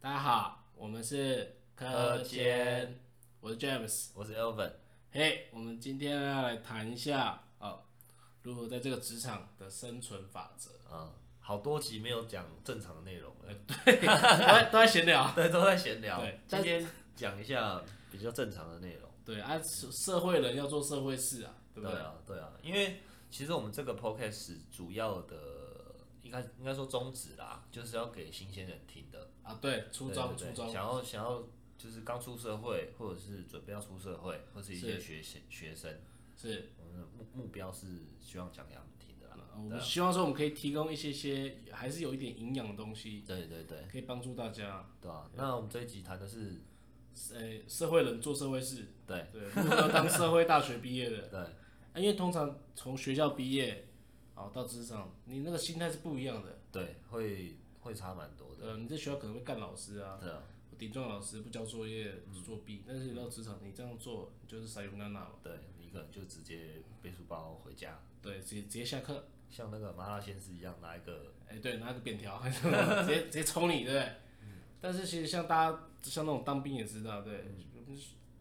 大家好，我们是柯间间，我是 James。我是 Elvin。嘿、我们今天要来谈一下哦，如何在这个职场的生存法 则，嗯，好多集没有讲正常的内容了，都在都在闲聊。对，都在闲聊啊对。今天讲一下比较正常的内容。对啊，社社会人要做社会事啊，对不对？啊，对啊，因为其实我们这个 podcast 主要的应该应该说宗旨啦，就是要给新鲜人听的。啊，对，初中对初对对中，想要想要就是刚出社会，或者是准备要出社会，或是一些学生学生，是，啊我们的目目标是希望讲给他们听的啦。我们希望说我们可以提供一些些，还是有一点营养的东西，对对对，可以帮助大家。对啊。那我们这一集谈的是呃、社会人做社会事，对对，如何当社会大学毕业的。对啊，因为通常从学校毕业，哦，到职场，你那个心态是不一样的。对，会会差蛮多的。呃，你在学校可能会干老师啊，对啊，顶撞老师，不交作业嗯作弊，但是你到职场，你这样做你就是塞翁娜娜嘛，对你可能就直接背书包回家，对，直接直接下课，像那个麻辣鲜师一样拿一个哎、对，拿个扁条， 还是什么直接直接抽你，对不对？嗯但是其实像大家像那种当兵也知道，对，嗯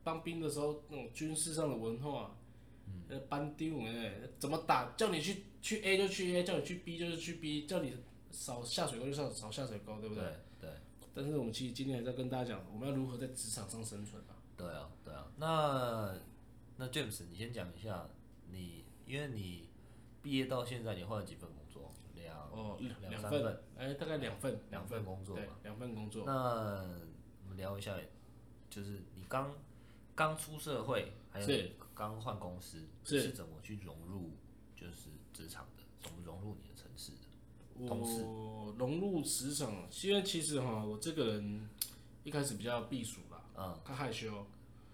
当兵的时候那种军事上的文化，嗯呃、班丢哎，怎么打？叫你去去 A 就去 A，叫你去 B 就是去 B，叫你扫下水沟就上扫下水哦沟，对不对？对对但是我们其实今天还是要跟大家讲，我们要如何在职场上生存啊。对啊对啊。那那 James，你先讲一下你，因为你毕业到现在，你换了几份工作？两哦，两两三份，哎、大概两份，两份工作对嘛。，两份工作。那我们聊一下，就是你刚刚出社会，还有是你刚换公司，是是怎么去融入就是职场的，怎么融入你的城市的？同事我融入职场，因为其实哈，我这个人一开始比较避暑啦，嗯，他害羞，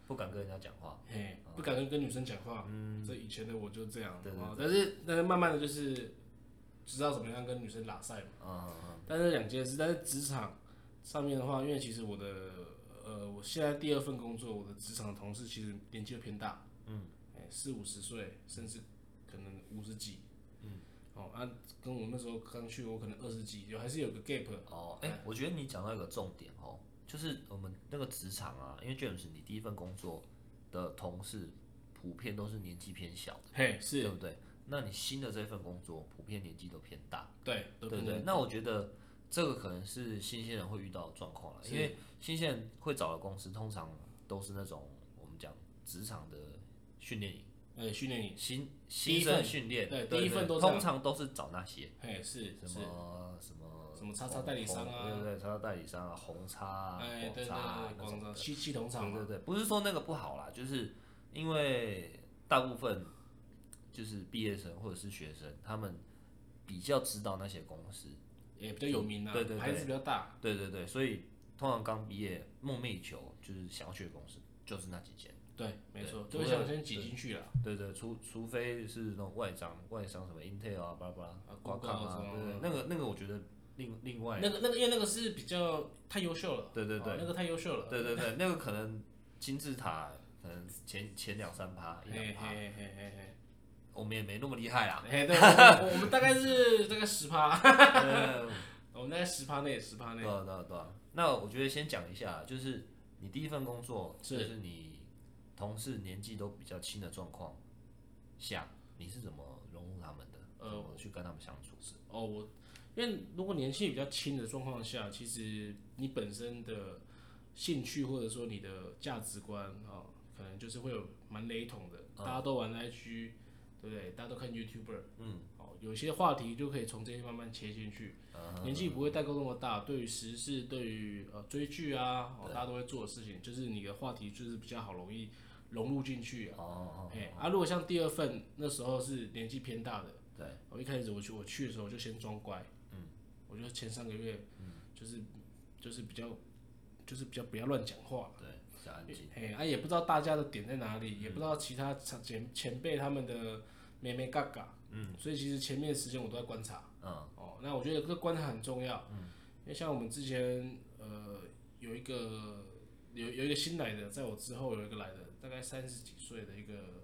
不敢跟人家讲话。嘿，不敢跟跟女生讲话。这以前的我就这样，嗯对对哦但是但是慢慢的就是知道怎么样跟女生拉塞嘛。嗯，但是两件事，但是职场上面的话，因为其实我的呃，我现在第二份工作，我的职场的同事其实年纪都偏大，嗯，哎、四五十岁，甚至可能五十几，嗯，哦，啊，跟我那时候刚去，我可能二十几，有还是有个 gap，哦，哎、我觉得你讲到一个重点哦，就是我们那个职场啊，因为 James 你第一份工作的同事普遍都是年纪偏小，嘿，是对不对？那你新的这份工作普遍年纪都偏大，对，对可不能对？那我觉得这个可能是新鲜人会遇到的状况了，啊是因为新鲜人会找的公司通常都是那种我们讲职场的训练营，呃，训练营，新第新一份生训练，对第一份都这样通常都是找那些。嘿，是什是，么什么什么叉叉代理商啊红对对对，叉叉代理商啊，红叉啊，哎，对对广叉啊对，那广种场系系统厂啊对嘛，对对，不是说那个不好啦，就是因为大部分就是毕业生或者是学生，他们比较知道那些公司，也比较有名啊，对对对牌子比较大，对对对，所以通常刚毕业梦寐以求就是想要去的公司就是那几间，对，没错，对就会想除了先挤进去了，对对，除除非是那种外商外商什么 Intel 啊，巴拉巴拉啊，挂 Google 啊什，么对对，那个那个我觉得另另外那个那个因为那个是比较太优秀了，对对哦对那个太优秀了，对对对，那个可能金字塔可能前前两三趴一两嘿趴，嘿嘿嘿嘿，我们也没那么厉害啊。哎， 对，我们我们大概是大概十趴，呃 我们大概十趴内，十趴内对，啊对啊对啊。那我觉得先讲一下，就是你第一份工作，是就是你同事年纪都比较轻的状况下，你是怎么融入他们的？呃怎么去跟他们相处？哦，我因为如果年纪比较轻的状况下，其实你本身的兴趣或者说你的价值观哦，可能就是会有蛮雷同的，大家都玩 IG，对不对？大家都看 YouTuber，嗯，哦，有些话题就可以从这些慢慢切进去，年纪不会代沟那么大，对于时事，对于呃追剧啊，哦，大家都会做的事情，就是你的话题就是比较好容易融入进去啊。哦，哎、啊，如果像第二份那时候是年纪偏大的。对，我一开始我去我去的时候我就先装乖，嗯，我就前三个月，嗯，就是就是比较就是比较不要乱讲话，对，比较安静。嘿，啊也不知道大家的点在哪里，嗯也不知道其他前前前辈他们的妹妹嘎嘎，嗯，所以其实前面的时间我都在观察，嗯，哦，那我觉得这个观察很重要，嗯，因为像我们之前呃有一个有有一个新来的，在我之后有一个来的，大概三十几岁的一个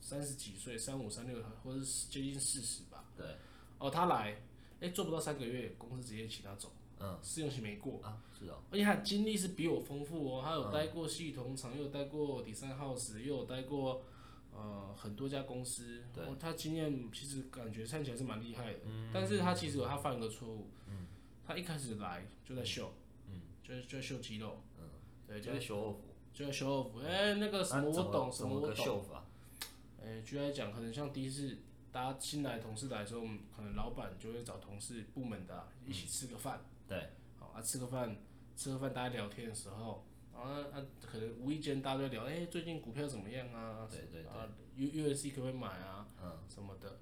三十几岁三五三六或者是接近四十吧。对，哦，他来，哎、做不到三个月，公司直接请他走。嗯试用期没过，啊，是哦，而且他的经历是比我丰富哦，他嗯有待过系统厂，又有待过 design house，又有待过呃很多家公司，对嗯哦他经验其实感觉看起来是蛮厉害的，但是他其实有他犯一个错误，他一开始来就在秀，嗯，就就在秀肌肉，嗯，对，就就在是修后服，就在秀 off，哎、那个什啊么我怎懂，什怎么我个懂，秀法？哎，举例来讲，可能像第一次大家新来同事来的时候，我们可能老板就会找同事部门的啊、嗯一起吃个饭。对，好啊，吃个饭，吃个饭，大家聊天的时候，啊啊，可能无意间大家在聊，哎、最近股票怎么样啊？对对对啊，U U S C 可不可以买啊？嗯什么的，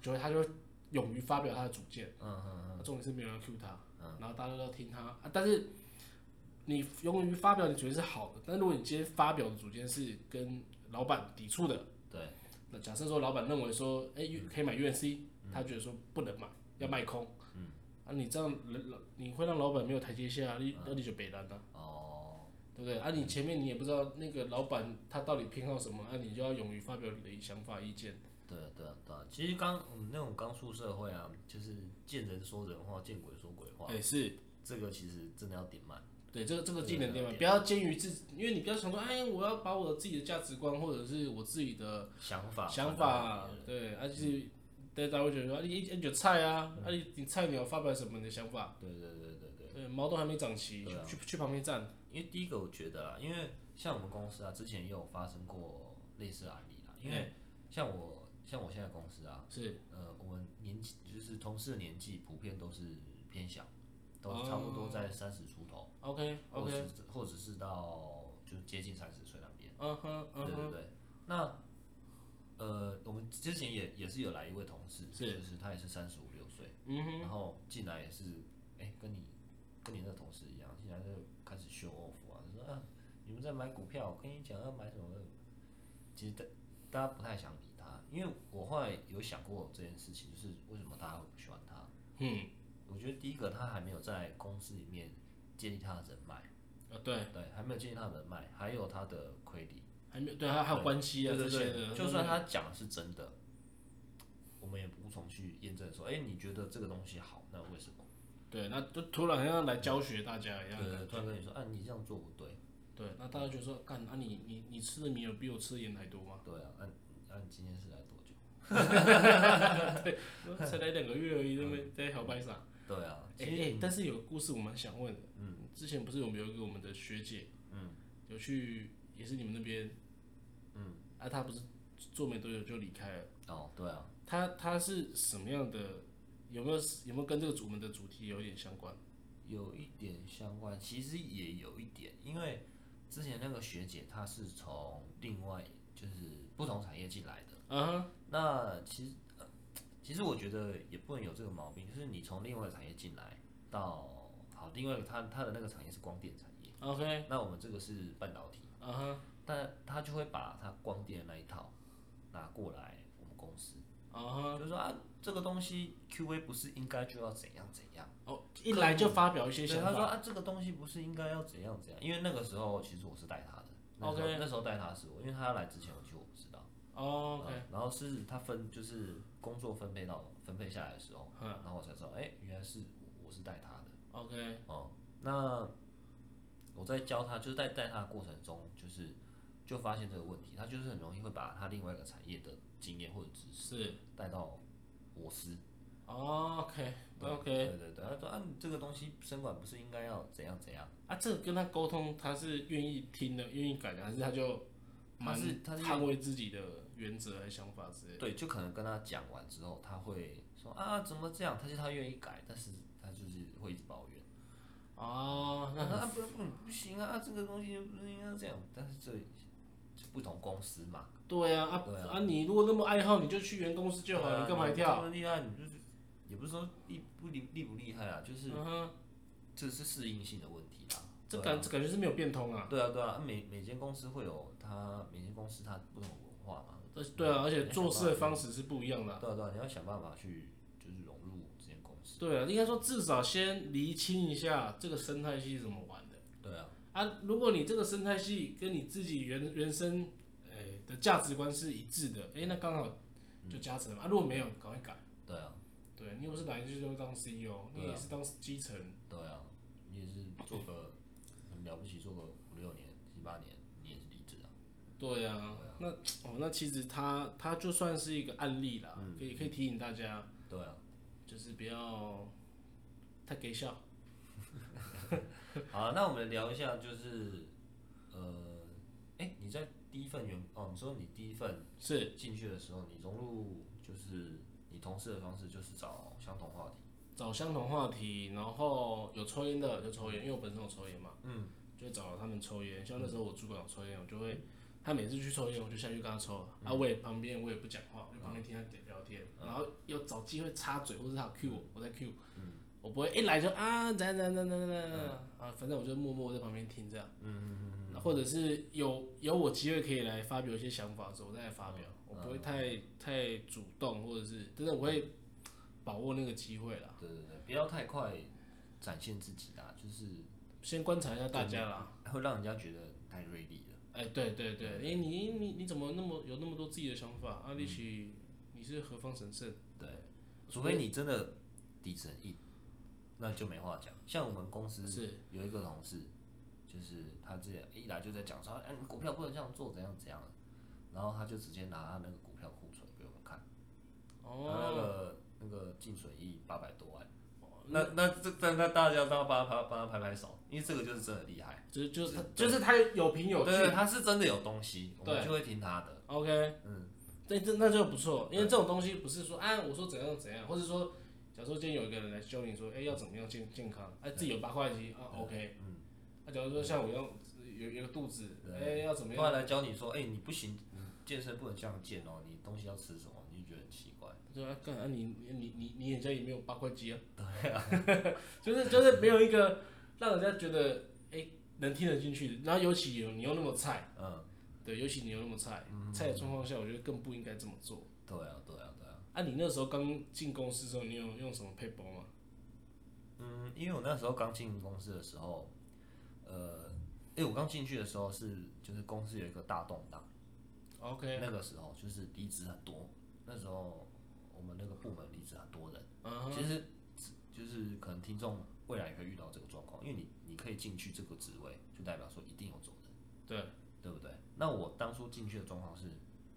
就会他就会勇于发表他的主见，嗯嗯啊重点是没有人要 Q 他，然后大家都要听他啊，但是。你勇于发表你觉得是好的，但如果你今天发表的主见是跟老板抵触的，嗯，对，那假设说老板认为说，哎、可以买 U N C，他觉得说不能买，要卖空，啊，你这样老你会让老板没有台阶下，你那你就北单了，哦，对不对？啊，你前面你也不知道那个老板他到底偏好什么，啊，你就要勇于发表你的想法意见，对啊对啊对啊，其实刚我们那种刚出社会啊，就是见人说人话，见鬼说鬼话，哎、是这个其实真的要点满。对，这个这个技能点嘛，不要介于自己，因为你不要想说，哎，我要把我自己的价值观或者是我自己的想法呃想法，嗯对，而且对大家会觉得说，啊，你你就菜啊，啊你你菜鸟发表什么你的想法，对对对对对，对，毛都还没长齐，对啊去去去旁边站。因为第一个我觉得啊，因为像我们公司啊，之前也有发生过类似的案例啦，因为像我像我现在公司啊，嗯是呃，我们年纪就是同事的年纪普遍都是偏小，都差不多在三十出头， OK 或哦 OK，者是或者是到就接近三十岁那边。嗯哼对嗯对哼，对，那呃，我们之前也也是有来一位同事，是就是他也是三十五六岁，嗯哼，然后进来也是，哎、跟你跟你那个同事一样，进来就开始秀 off 啊，就说啊，你们在买股票，我跟你讲要买什么，其实大大家不太想理他，因为我后来有想过这件事情，就是为什么大家会不喜欢他。嗯，我觉得第一个，他还没有在公司里面建立他的人脉，啊对，对，还没有建立他的人脉，还有他的亏理。还没有对，还还有关系啊对这对些对，嗯的，嗯就算他讲的是真的，我们也无从去验证说，哎、你觉得这个东西好，那为什么？对，那就突然要来教学大家一样，对，突然跟你说，啊，你这样做不对，对，那大家就说，干，啊你你你吃的米有比我吃的盐还多吗？对啊，那、啊、那、你今天是来多久？才来两个月而已，对不对？在小白傻。对啊，哎嗯其实哎，但是有个故事我蛮想问的，嗯，之前不是有没有一个我们的学姐，嗯，有去也是你们那边，嗯，啊她不是做没多久就离开了。哦，对啊，他他是什么样的？有没有有没有跟这个主我们的主题有点相关？有一点相关，其实也有一点，因为之前那个学姐她是从另外就是不同产业进来的，啊哈，那其实、呃其实我觉得也不能有这个毛病，就是你从另外一个产业进来到好，另外一个他他的那个产业是光电产业。 ，OK，那我们这个是半导体，啊哈，但他就会把他光电那一套拿过来我们公司，啊哈，就是说啊，这个东西 QA 不是应该就要怎样怎样？哦，一来就发表一些对，想他说法，啊，这个东西不是应该要怎样怎样？因为那个时候其实我是带他的那时候 OK 那时候带他是我，因为他要来之前我其实我不知道。哦，OK，嗯然后是他分就是工作分配到分配下来的时候，嗯然后我才知道，哎、原来是我我是带他的。 ，OK，哦，那我在教他，就是在带他的过程中，就是就发现这个问题，他就是很容易会把他另外一个产业的经验或者知识是带到我司。哦对，OK，OK，对对对，他说啊，你这个东西生管不是应该要怎样怎样？啊，这个跟他沟通，他是愿意听的，愿意改的，还是他就他蛮是他是捍卫自己的原则和想法之类的？对，就可能跟他讲完之后，他会说啊，怎么这样？他是他愿意改，但是他就是会一直抱怨。哦，那啊，不不不行啊，这个东西不是应该这样，但是这这不同公司嘛。对啊，啊对啊啊，你如果那么爱好，你就去原公司就好对了，啊你干嘛还这跳？么厉害，你就是也不是说厉不厉厉不厉害啊，就是嗯哼，这是适应性的问题啦。这感感觉是没有变通啊。对啊对啊，每每间公司会有它每间公司它不同的文化嘛。呃，对啊，而且做事的方式是不一样的啊。对啊对啊，你要想办法去就是融入这间公司。对啊，应该说至少先厘清一下这个生态系是怎么玩的对啊，啊。如果你这个生态系跟你自己原原生诶、嗯的价值观是一致的，诶、那刚好就加成嘛啊。如果没有，赶快改。对啊，对你又不是来就是当 CEO，你对啊也是当基层，对啊，你也是做个很了不起，做个五六年、七八年，你也是离职啊。对啊，那哦，那其实他他就算是一个案例啦，可以可以提醒大家，对啊，就是不要太给笑。好啊，那我们聊一下，就是呃，哎、你在第一份员哦，你说你第一份是进去的时候，你融入就是你同事的方式，就是找相同话题。找相同话题，然后有抽烟的就抽烟，因为我本身有抽烟嘛，嗯，就找他们抽烟。像那时候我主管有抽烟，我就会，他每次去抽烟，我就下去跟他抽，啊，我也旁边我也不讲话，我就旁边听他聊天，然后要找机会插嘴，或者他 Q 我，我在 Q，我不会一来就啊，怎样怎样怎样怎样怎样怎样啊，反正我就默默在旁边听这样，嗯或者是有有我机会可以来发表一些想法的时候，我再来发表，我不会太太主动，或者是，但是我会把握那个机会啦。对对对，不要太快展现自己啦，就是先观察一下大家啦。会让人家觉得你太锐利了。哎，对对对，哎、你你你怎么那么有那么多自己的想法？阿力奇，你是何方神圣？对，除非你真的底子很硬，那就没话讲。像我们公司是有一个同事，就是他之前一来就在讲说，哎，你股票不能这样做，怎样怎样，然后他就直接拿他那个股票库存给我们看，他那哦，个那个净损益八百多万。哦那那这那那大家都要帮他帮他拍拍手，因为这个就是真的厉害，就是就是他是就是他有凭有据对，他是真的有东西，我们对就会听他的。 ，OK，嗯，对，这那就不错，因为这种东西不是说啊，我说怎样怎样，或者说，假如说今天有一个人来教你说，哎、要怎么样健健康，哎、自己有八块肌啊，OK，嗯，那、假如说像我要有有个肚子，哎、要怎么突样？然来教你说，哎、你不行，你健身不能这样健哦，你东西要吃什么，你就觉得很奇怪。对啊，干啊你你你你你人家也没有八块肌啊， 对啊，就是就是没有一个让人家觉得哎、能听得进去的，然后尤其有你又那么菜，嗯，对，尤其你又那么菜，菜的状况下，我觉得更不应该这么做。对啊，对啊，对啊。啊，你那时候刚进公司的时候，你有用什么配包吗？嗯，因为我那时候刚进公司的时候，呃，哎、我刚进去的时候是就是公司有一个大动荡哦 OK，那个时候就是离职很多，那时候我们那个部门离职很多人，嗯其实就是可能听众未来也会遇到这个状况，因为你你可以进去这个职位，就代表说一定有走人。对，对不对？那我当初进去的状况是，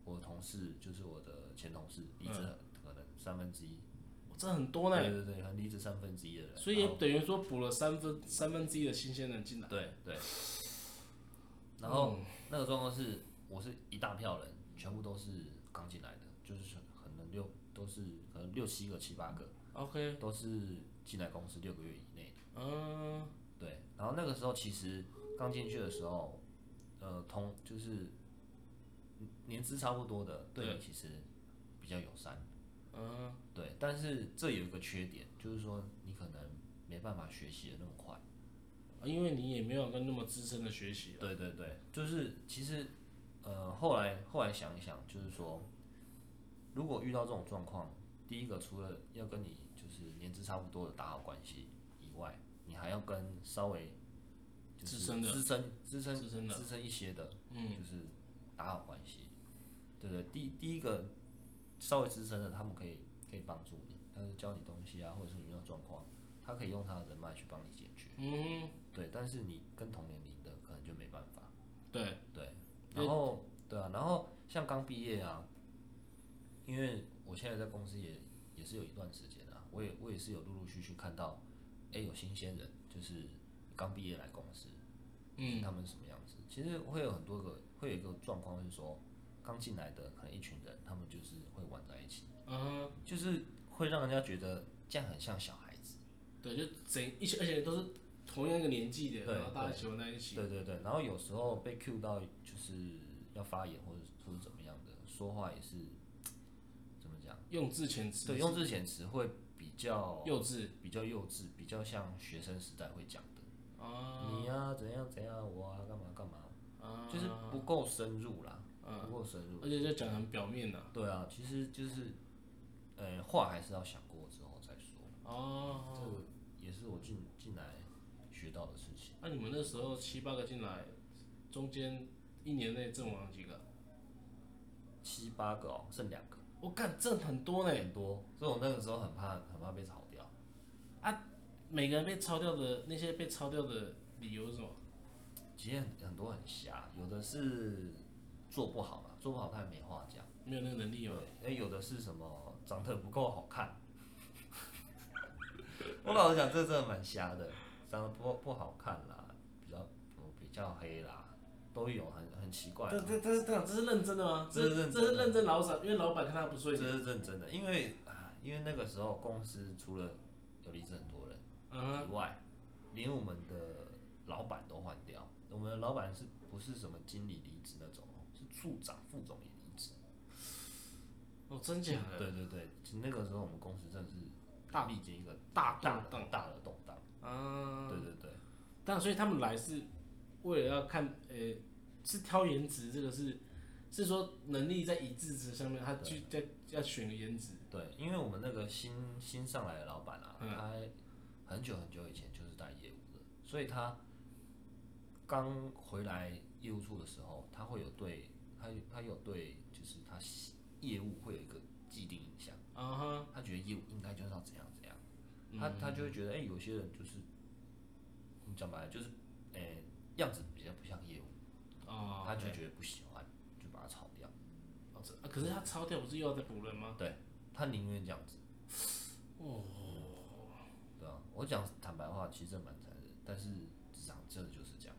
我的同事就是我的前同事离职了可能三分之一，我这哦很嗯多呢，对对对，可能离职三分之一的人，所以也等于说补了三分三分之一的新鲜人进来。嗯对对。然后那个状况是，我是一大票人，全部都是刚进来的，就是可能六都是可能六七个七八个， OK，都是进来公司六个月以内。嗯，对，然后那个时候其实刚进去的时候，呃，同就是年资差不多的，对你其实比较友善。嗯，对，但是这有一个缺点，就是说你可能没办法学习的那么快。因为你也没有跟那么资深的学习，对对对，就是其实呃，后来后来想一想，就是说，如果遇到这种状况，第一个除了要跟你就是年资差不多的打好关系以外，你还要跟稍微就是资深的资深资深资深的资深一些的，嗯，就是打好关系。对对，第第一个稍微资深的，他们可以可以帮助你，但是教你东西啊，或者是你遇到状况，他可以用他的人脉去帮你解决。嗯，对，但是你跟同年龄的可能就没办法。对，对，对然后对啊，然后像刚毕业啊，因为我现在在公司也也是有一段时间啊，我也我也是有陆陆续续看到，哎，有新鲜人就是刚毕业来公司，嗯，他们是什么样子？其实会有很多个，会有一个状况是说，刚进来的可能一群人，他们就是会玩在一起，嗯，就是会让人家觉得这样很像小孩子。对，就整一些，而且都是同样一个年纪的，对然后大家喜欢在一起，对对对，然后有时候被 Q 到就是要发言或者或者怎么样的，说话也是怎么讲？用字遣词对，用字遣词会比较幼稚比较幼稚，比较像学生时代会讲的。啊你啊，怎样怎样，我啊，干嘛干嘛，啊，就是不够深入啦，嗯不够深入。而且就讲很表面的对啊，其实就是，呃，话还是要想过之后再说。哦。这个也是我进进来学到的事情。那、啊你们那时候七八个进来，中间一年内阵亡了几个？七八个哦，剩两个，我干挣很多呢、很多，所以我那个时候很怕，很怕被炒掉。每个人被抄掉的那些被抄掉的理由是什么？其实很很多很瞎，有的是做不好嘛，做不好他也没话讲。没有那个能力有哦。，哎，有的是什么长得不够好看。 我老实讲，这真的蛮瞎的，长得不不好看啦，比较比较黑啦，都有，很很奇怪。啊这这这是这是认真的吗？这这是认真的这是认真老板，因为老板看他不所以顺眼。这是认真的，因为啊，因为那个时候公司除了有离职很多人嗯，以外，连我们的老板都换掉。我们的老板是不是什么经理离职那种哦，是处长、副总也离职。哦，真假的？对对对，其实那个时候我们公司真的是大历经一个大大动的荡大的动荡。啊，对对对，但所以他们来是为了要看，呃，是挑颜值，这个是是说能力在一致值上面，他就在要选个颜值。对，因为我们那个新新上来的老板啊，嗯他很久很久以前就是带业务的，所以他刚回来业务处的时候，他会有对他他有对就是他业务会有一个既定印象，啊哈，他觉得业务应该就是要怎样怎样，嗯他他就会觉得哎、有些人就是你讲白了就是哎、样子比较不像业务，哦，他就觉得不喜欢，就把他炒掉。哦这啊可是他抄掉不是又要再补人吗？他宁愿这样子。哦，对啊，我讲坦白话，其实这蛮残忍，但是职场真的就是这样。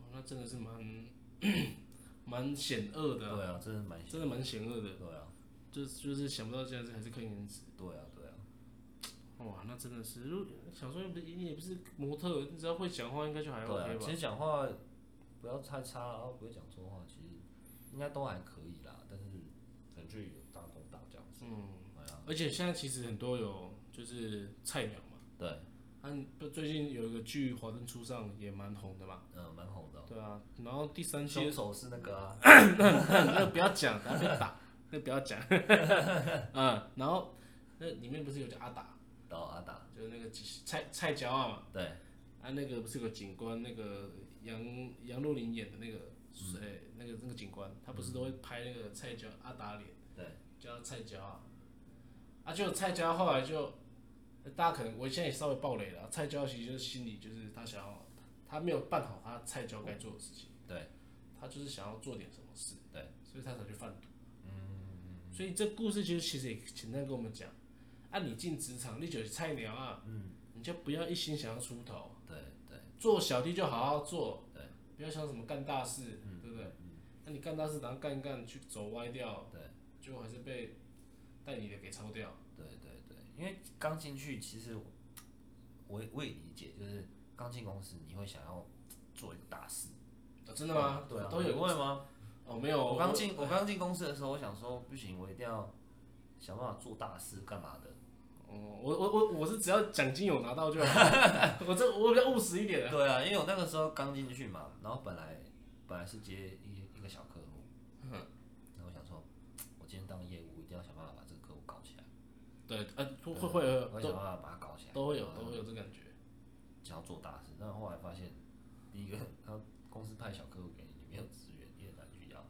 哦那真的是蛮 蛮险恶的啊，对啊，真的蛮真的蛮险恶的，对啊，就是就是想不到这样子还是看颜值。对啊，对啊，哇，那真的是，如果想说你你也不是模特，你只要会讲话应该就还对 OK 啊。吧？其实讲话不要太差，然后不会讲错话，其实应该都还可以啦。但是可能就有大风大这样子。嗯，对啊，而且现在其实很多有就是菜鸟嘛，对，啊，你不最近有一个剧《华灯初上》也蛮红的嘛，嗯，蛮红的哦。对啊，然后第三季凶手是那个啊，那个不要讲，然后被打，那不要讲，嗯，然后那里面不是有个阿达，到阿达，就是那个菜菜椒啊嘛，对，啊那个不是有个警官，那个杨杨若琳演的那个谁、那个那个警官，他不是都会拍那个菜椒阿达脸。对，叫他菜椒啊，啊，就菜椒后来就，大家可能我现在也稍微爆雷了啊，菜椒其实就是心里就是他想要，他没有办好他菜椒该做的事情，对，他就是想要做点什么事，对，所以他才去贩毒，嗯，所以这故事其实其实也简单跟我们讲，啊，你进职场，你就是菜鸟啊，嗯，你就不要一心想要出头，对对，做小弟就好好做，对，嗯不要想什么干大事，对不对？那、你干大事，然后干一干去走歪掉，对，最后还是被带你的给抽掉。对对对，因为刚进去，其实我我也我也理解，就是刚进公司你会想要做一个大事，哦真的吗？对啊，都有你会吗？哦，没有，我刚进我刚进公司的时候，我想说不行，我一定要想办法做大事，干嘛的？哦，我我我我是只要奖金有拿到 就好，我这我比较务实一点的。对啊，因为我那个时候刚进去嘛，然后本来本来是接一一个小客户，嗯然后我想说，我今天当业务一定要想办法把这个客户搞起来，对，呃，会会会有啊我想都办法把它搞起来，都会有然后都会有这感觉。想要做大事，但后来发现，第一个，他公司派小客户给你，你没有资源，你很难去要，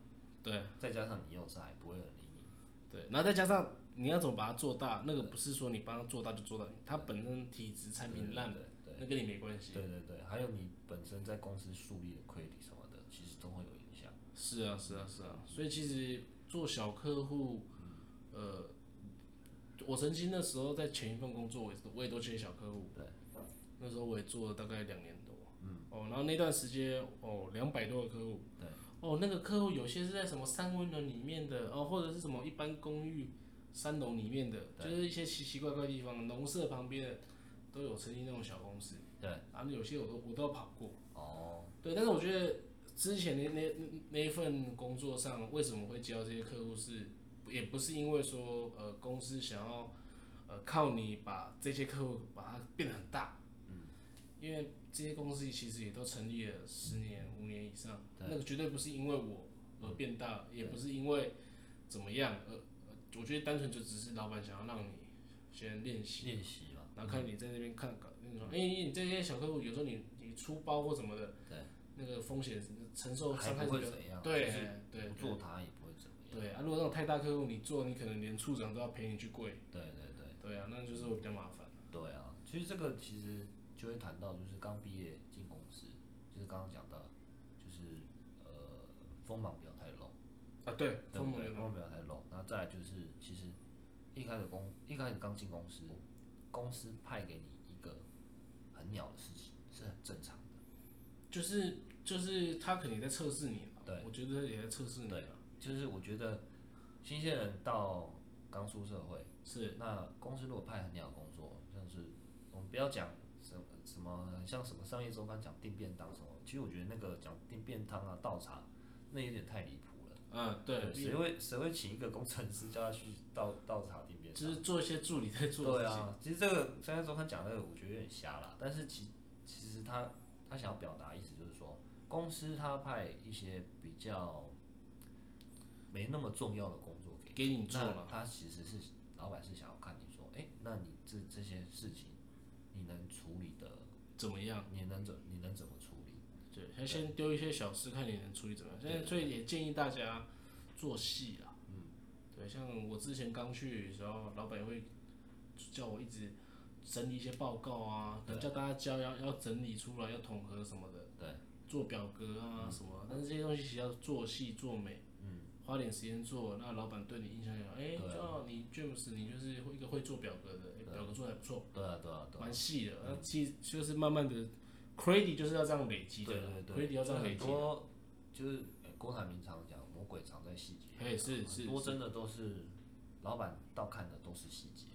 对再加上你又在，不会有人理你。对，然后再加上你要怎么把它做大，那个不是说你帮他做大就做大，他本身体质产品烂，的，对那跟你没关系。对对对，还有你本身在公司树立的亏理什么的，其实都会有影响。是啊，是啊，是啊。所以其实做小客户，嗯呃，我曾经那时候在前一份工作，我也是我也都接小客户。对。那时候我也做了大概两年多。嗯。哦，然后那段时间，哦，两百多个客户。对。哦，那个客户有些是在什么三温暖里面的，哦，或者是什么一般公寓三楼里面的，就是一些奇奇怪怪的地方，农舍旁边的都有曾经那种小公司。对。啊，有些我都我都跑过。哦，对，但是我觉得之前那那那那一份工作上，为什么会接到这些客户是，也不是因为说呃公司想要呃靠你把这些客户把它变得很大，嗯，因为这些公司其实也都成立了十年、五年以上，那个绝对不嗯是因为我而变大，也不是因为怎么样，呃，我觉得单纯就只是老板想要让你先练习。练习嘛，然后看你在那边看搞，跟你说，哎、你这些小客户有时候你你出包或什么的，对，那个风险承受还伤害不是会比较怎样，对就是对不做它也不会怎么样。样。对啊，如果那种太大客户你做，你可能连处长都要陪你去跪，对对对对啊，那就是会比较麻烦。对啊，其实这个其实就会谈到，就是刚毕业进公司，就是刚刚讲到，就是呃锋芒不要太露，啊，对，对风不猛对？锋流芒不要太露。那再来就是，其实一开始公一开始刚进公司，公司派给你一个很鸟的事情是很正常的，就是就是他肯定在测试你嘛，对我觉得也在测试你对啊，就是我觉得新鲜人到刚出社会。是那公司如果派很鸟的工作，像是我们不要讲什么什么，像什么商业周刊讲订便当什么，其实我觉得那个讲订便当啊、倒茶，那有点太离谱了。嗯，对，谁会谁会请一个工程师叫他去倒倒茶订便就当？是做一些助理在做的对事情，啊，其实这个商业周刊讲这个，我觉得有点瞎啦。但是其其实他他想要表达意思就是说，公司他派一些比较没那么重要的工作给给你做那了，他其实是老板是想要看你说，哎、那你这这些事情，你能处理的，怎么样？你能怎你能怎么处理？对，他先丢一些小事，看你能处理怎么样。现在所以也建议大家做戏啊，嗯，对，像我之前刚去的时候，老板也会叫我一直整理一些报告啊，可能叫大家交要要整理出来，要统合什么的，对，做表格啊什么，但是这些东西其实要做戏做美，嗯，花点时间做，那老板对你印象也好，哎、对啊哦，你 James 你就是会一个会做表格的，哎表格做的还不错，对啊，对啊，对啊，蛮细的，那其实就是慢慢的。credit 就是要这样累积的对对，credit 对，要这就样累很积。多就是呃郭台铭常讲，魔鬼藏在细节，哎是是很多真的都是老板到看的都是细节，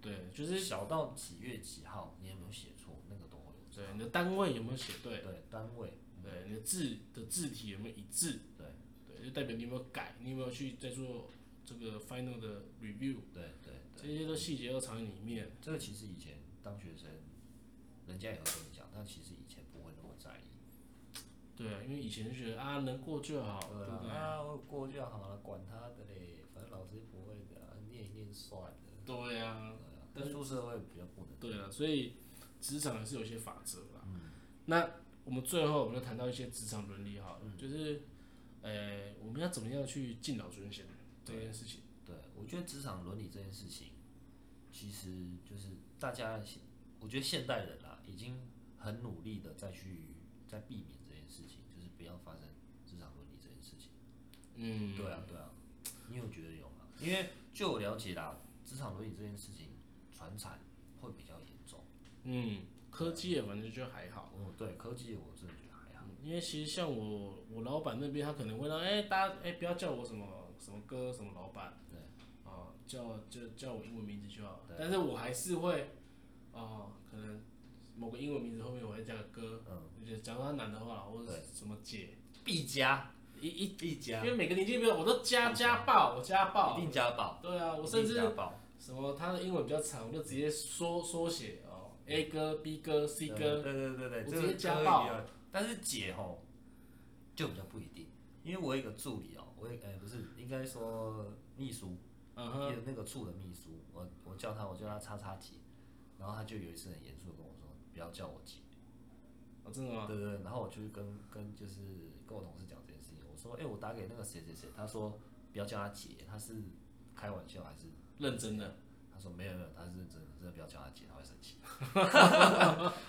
对，就就是小到几月几号，你有没有写错，那个都会有对你的单位有没有写对，对，单位，对你的字的字体有没有一致，对对，就代表你有没有改，你有没有去再做这个 final 的 review，对对这些都细节都藏在里面。这个其实以前当学生，人家也会跟你讲，但其实以前不会那么在意。对啊，因为以前就觉得啊能过就好，对不对对？啊，我过就好了，管他的嘞，反正老师不会的，啊念一念算了。对啊，但出社会比较不能。对啊，所以职场还是有一些法则啦。嗯那我们最后我们就谈到一些职场伦理好了，嗯就是呃我们要怎么样去敬老尊贤这件事情。对，我觉得职场伦理这件事情，其实就是大家现，我觉得现代人啦，已经很努力的再去在避免这件事情，就是不要发生职场伦理这件事情。嗯，对啊，对啊，你有觉得有吗？因为据我了解啦，职场伦理这件事情，传产会比较严重。嗯，科技也反正就还好。嗯，对，科技我真的觉得还好。因为其实像我我老板那边，他可能会让哎、大家哎、不要叫我什么什么哥什么老板，对啊、叫就叫我英文名字就好对。但是我还是会，哦、可能某个英文名字后面我会加个哥，嗯，就假如他男的话，或者对什么姐，必加，一一必加因，为每个年纪不一样，我都加加爆，我加一爆，定加爆。对啊，我甚一定至加爆什么他的英文比较长，我就直接缩缩写哦，A 哥、B 哥、C 哥，对对对对，我这直个接加可以爆啊。但是姐吼就比较不一定，因为我有一个助理哦，我有呃不是应该说秘书，嗯哼，有那个处的秘书，我我叫他我叫他叉叉姐，然后他就有一次很严肃的跟我说，不要叫我姐。哦真的吗？对对对，然后我就跟跟就是跟我同事讲这件事情，我说，哎、我打给那个谁谁谁，他说不要叫他姐，他是开玩笑还是？认真的，他说没有没有，他是认真的，真的不要叫他姐，他会 生气。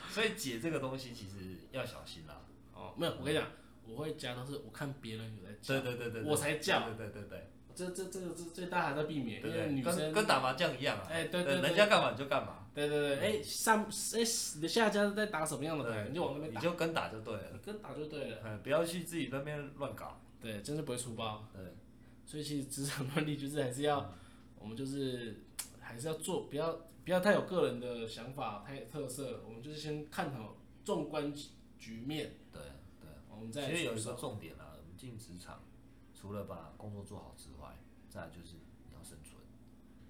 所以姐这个东西其实要小心啦。哦，没有，我跟你讲，我会加都是我看别人有在加，对对对对，对我才叫。对对对对这这这个这最大还在避免，对，因为对女跟生，跟打麻将一样啊。哎对对对人家干嘛你就干嘛，对对对，哎上哎你的下家在打什么样的牌，你就往那边你打，就跟打就对了，你跟打就对了，嗯，不要去自己那边乱搞。对，真是不会出包。对，嗯所以其实职场伦理就是还是要，我们就是还是要做，不要不要太有个人的想法，太特色，我们就是先看好纵观局面，对对。我们再其实有去一个说。重点啦，我们进职场，除了把工作做好之外，再来就是你要生存。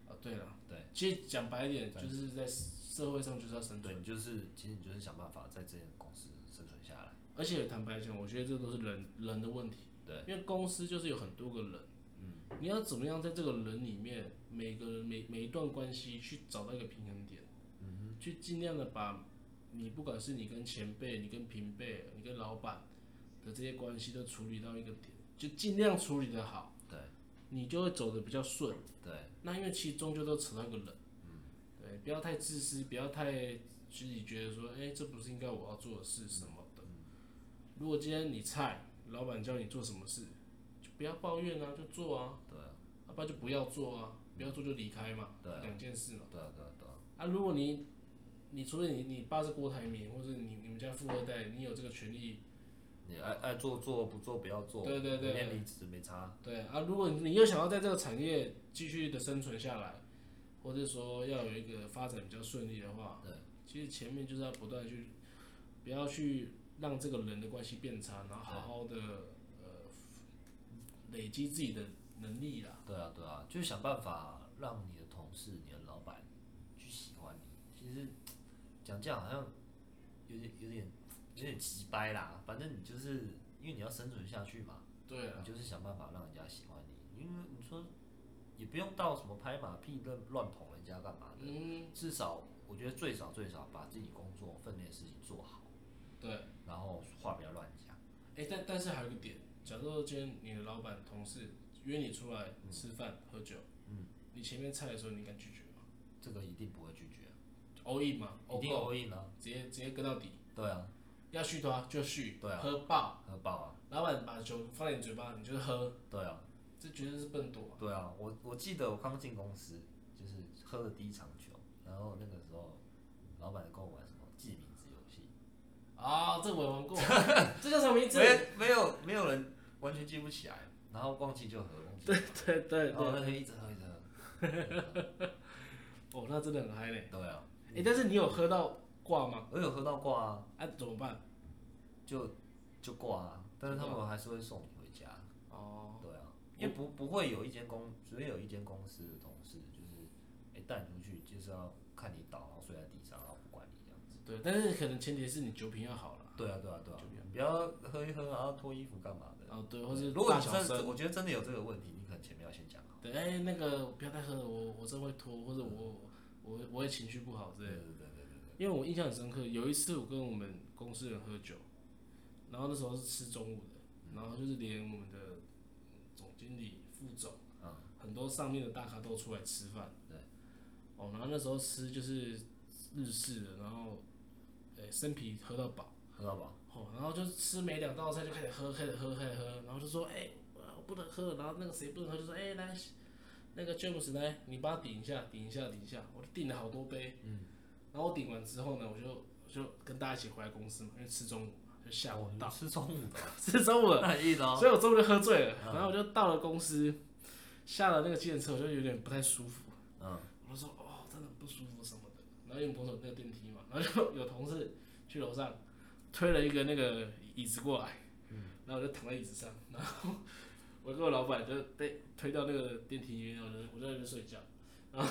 啊，对了，对，其实讲白一点，就是在社会上就是要生存。对，你就是其实你就是想办法在这间公司生存下来。而且坦白讲，我觉得这都是人人的问题。对，因为公司就是有很多个人，嗯，你要怎么样在这个人里面，每个人每每一段关系去找到一个平衡点，嗯去尽量的把你不管是你跟前辈、你跟平辈、你跟老板的这些关系都处理到一个点，就尽量处理的好。对，你就会走的比较顺。对，那因为其实终究都扯到一个人，对，不要太自私，不要太自己觉得说，哎、这不是应该我要做的事什么的。如果今天你菜，老板叫你做什么事，就不要抱怨啊，就做啊，对啊，要不然就不要做啊，不要做就离开嘛，对啊，两件事嘛。对啊，对啊，对啊，啊，如果你你除非你你爸是郭台铭，或者你你们家富二代，你有这个权利，你爱爱做做，不做不要做，对对对明天离职没差，对啊，如果你又想要在这个产业继续的生存下来，或者说要有一个发展比较顺利的话，对，其实前面就是要不断地去，不要去让这个人的关系变差，然后好好的呃累积自己的能力啦。对啊，对啊，就是想办法让你的同事、你的老板去喜欢你。其实讲这样好像有点、有点、有点急掰啦。反正你就是因为你要生存下去嘛，对啊，你就是想办法让人家喜欢你。因为你说也不用到什么拍马屁、乱乱捅人家干嘛的，嗯，至少我觉得最少最少把自己工作分内的事情做好，对，然后话不要乱讲。哎，但但是还有一个点，假如说今天你的老板、同事约你出来吃饭、喝酒，嗯，你前面菜的时候你敢拒绝吗这个一定不会拒绝， ？all in 嘛一，all 定 go，会应啊，直接直接跟到底，对啊，要续的话就续，对啊喝爆。很棒啊，老板把酒放在你嘴巴，你就是喝，对啊。这绝对是笨惰。对啊，我我记得我刚进公司，就是喝了第一场酒，然后那个时候老板跟我玩什么记名字游戏，啊、这我也 玩过，这叫什么名字？没没有没有人完全记不起来，然后忘记就喝，忘记就喝对然后那个一直喝一直喝，哦，那真的很嗨嘞。对啊，哎、但是你有喝到挂吗？我有喝到挂啊，啊，怎么办？就就挂啊，但是他们还是会送你回家，哦，对啊，因为不不会有一间公，只会有一间公司的同事就是，哎、带你出去就是要看你倒，然后睡在地上，然后不管你这样。对，但是可能前提是你酒品要好了。对啊，对啊，对啊，不要喝一喝然后脱衣服干嘛的。哦，对，或是如果大你小声。真，我觉得真的有这个问题，你可能前面要先讲啊好。对，哎、那个不要再喝了，我我真会拖，或者我我我会情绪不好之类的对对对对对，因为我印象很深刻，有一次我跟我们公司人喝酒，然后那时候是吃中午的，然后就是连我们的总经理、副总，很多上面的大咖都出来吃饭。对。哦，然后那时候吃就是日式的，然后，呃、生啤喝到饱。喝到饱。哦，然后就吃没两道菜就开始喝，开始喝，开始喝，然后就说，哎、我不能喝，然后那个谁不能喝，就说，哎、来，那个 James 来，你帮他顶一下，顶一下，顶一下，我就顶了好多杯，嗯，然后我顶完之后呢，我就我就跟大家一起回来公司嘛，因为吃中午嘛就下午我到，吃中午的，哦吃中午了，嗯 那很硬 哦。所以我中午就喝醉了，然后我就到了公司，下了那个计程车，我就有点不太舒服，嗯，我就说哦，真的很不舒服什么的。然后因为我们那个电梯嘛， 然后就有同事去楼上推了一个那个椅子过来，然后我就躺在椅子上，然后我跟我老板就被推到那个电梯里面，然后我就我就在那边睡觉。 然后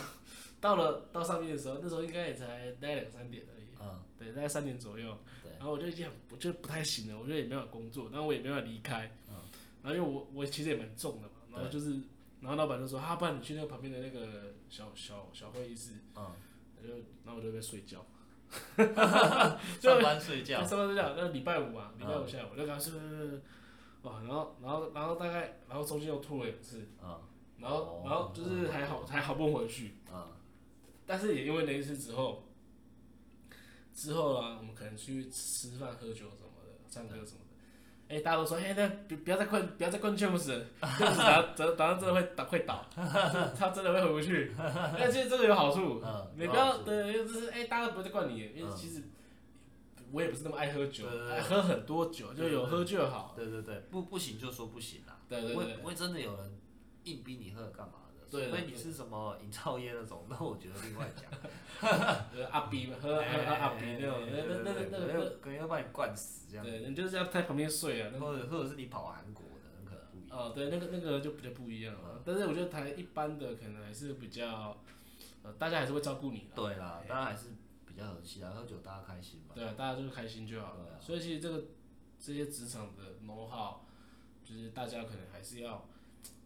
到了到上面的时候，那时候应该也才大概两三点而已，嗯，对，大概三点左右。 对，然后我就已经很我就不太行了，我觉得也没办法工作，然后我也没办法离开。嗯然后因为我我其实也蛮重的嘛，然后就是，然后老板就说：“哈、啊，不然你去那个旁边的那个小小小会议室。”嗯，我就然后我就在那边睡觉，上班睡觉嗯就。上班睡觉。那礼拜五啊，礼拜五下午我就跟他睡睡睡睡睡，哇，然后然后然后大概然后中间又吐了两次，嗯然后然后哦就是还好还好不回去，嗯， 但是也因为那一次之后，之后啊，我们可能去吃饭、喝酒什么的，唱歌什么的。哎、大家都说，哎、那不不要再灌，不要再灌 James，James 打打打真的会打会倒，他真的会回不去。但其实这个有好处，嗯你不有好要处对，就是哎、大家不会再灌你，因为嗯其实我也不是那么爱喝酒，对对对爱喝很多酒，就有喝就好。对对对，不不行就说不行啦。对对不会对不会真的有人硬逼你喝干嘛的？对除非对你是什么营造业那种，那 我觉得另外 讲。就是阿 B 嘛，喝喝哎喝阿 B 那种，那对那对那那对可能那要可能要把你灌死这那，样，对，你就是要在旁边睡啊，那或者或者是你跑韩国的，那可能不一样。嗯哦，对，那个那个就比较不一样了。但是我觉得台一般的可能还是比较，呃，大家还是会照顾你的。对啦，当然还是比较和气啊，喝酒大家开心嘛。对啊，大家就是开心就好了。对啊所以其实这个这些职场的 know how，就是大家可能还是要，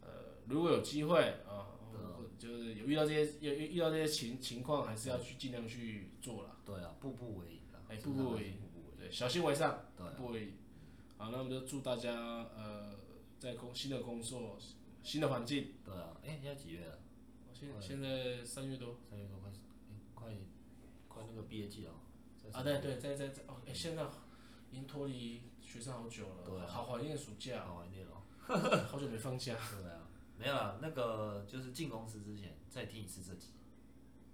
呃，如果有机会啊，对啊或就是有遇到这些有遇遇到这些情情况，还是要去尽量去做啦。对啊，步步为营啊，哎真的步步还是为营步步为营。对，小心为上，对啊不为。好，那我们就祝大家呃，在工新的工作新的环境。对啊，哎、现在几月了？现现在三月多三月多快，哎快快那个毕业季了哦。在啊，对对，在在在哦，哎、现在已经脱离学生好久了，对啊好怀念暑 假，好玩一点了。哦好久没放假。对啊，没有啦，那个就是进公司之前再听一次这集，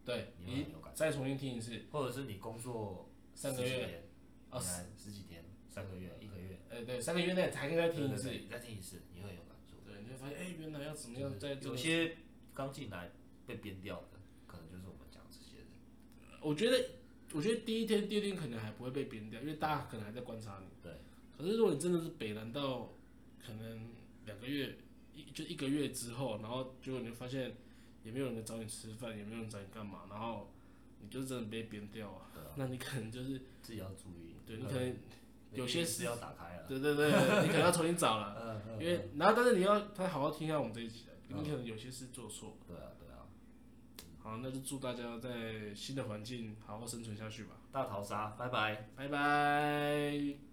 对，你会你很有感，再重新听一次，或者是你工作三个十几月天，啊啊，十几天，三个月，一个月，呃，对，三个月内才应该听一次。对，对对再听一次，你会有感触。对，你会发现，哎、原来要怎么样在这有个些刚进来被编掉的，可能就是我们讲这些人。我觉得，我觉得第一天、第二天可能还不会被编掉，因为大家可能还在观察你。对。可是如果你真的是北南到可能两个月，一就一个月之后，然后结果你就发现也没有人找你吃饭，也没有人找你干嘛，然后你就真的被编掉啊。对啊那你可能就是，自己要注意。对你可能，有些是要打开了。啊对对对，你可能要重新找了，嗯嗯因为然后但是你要他好好听一下我们这一集的，你嗯可能有些事做错。对啊对啊，好，那就祝大家在新的环境好好生存下去吧。大逃杀，拜拜。拜拜。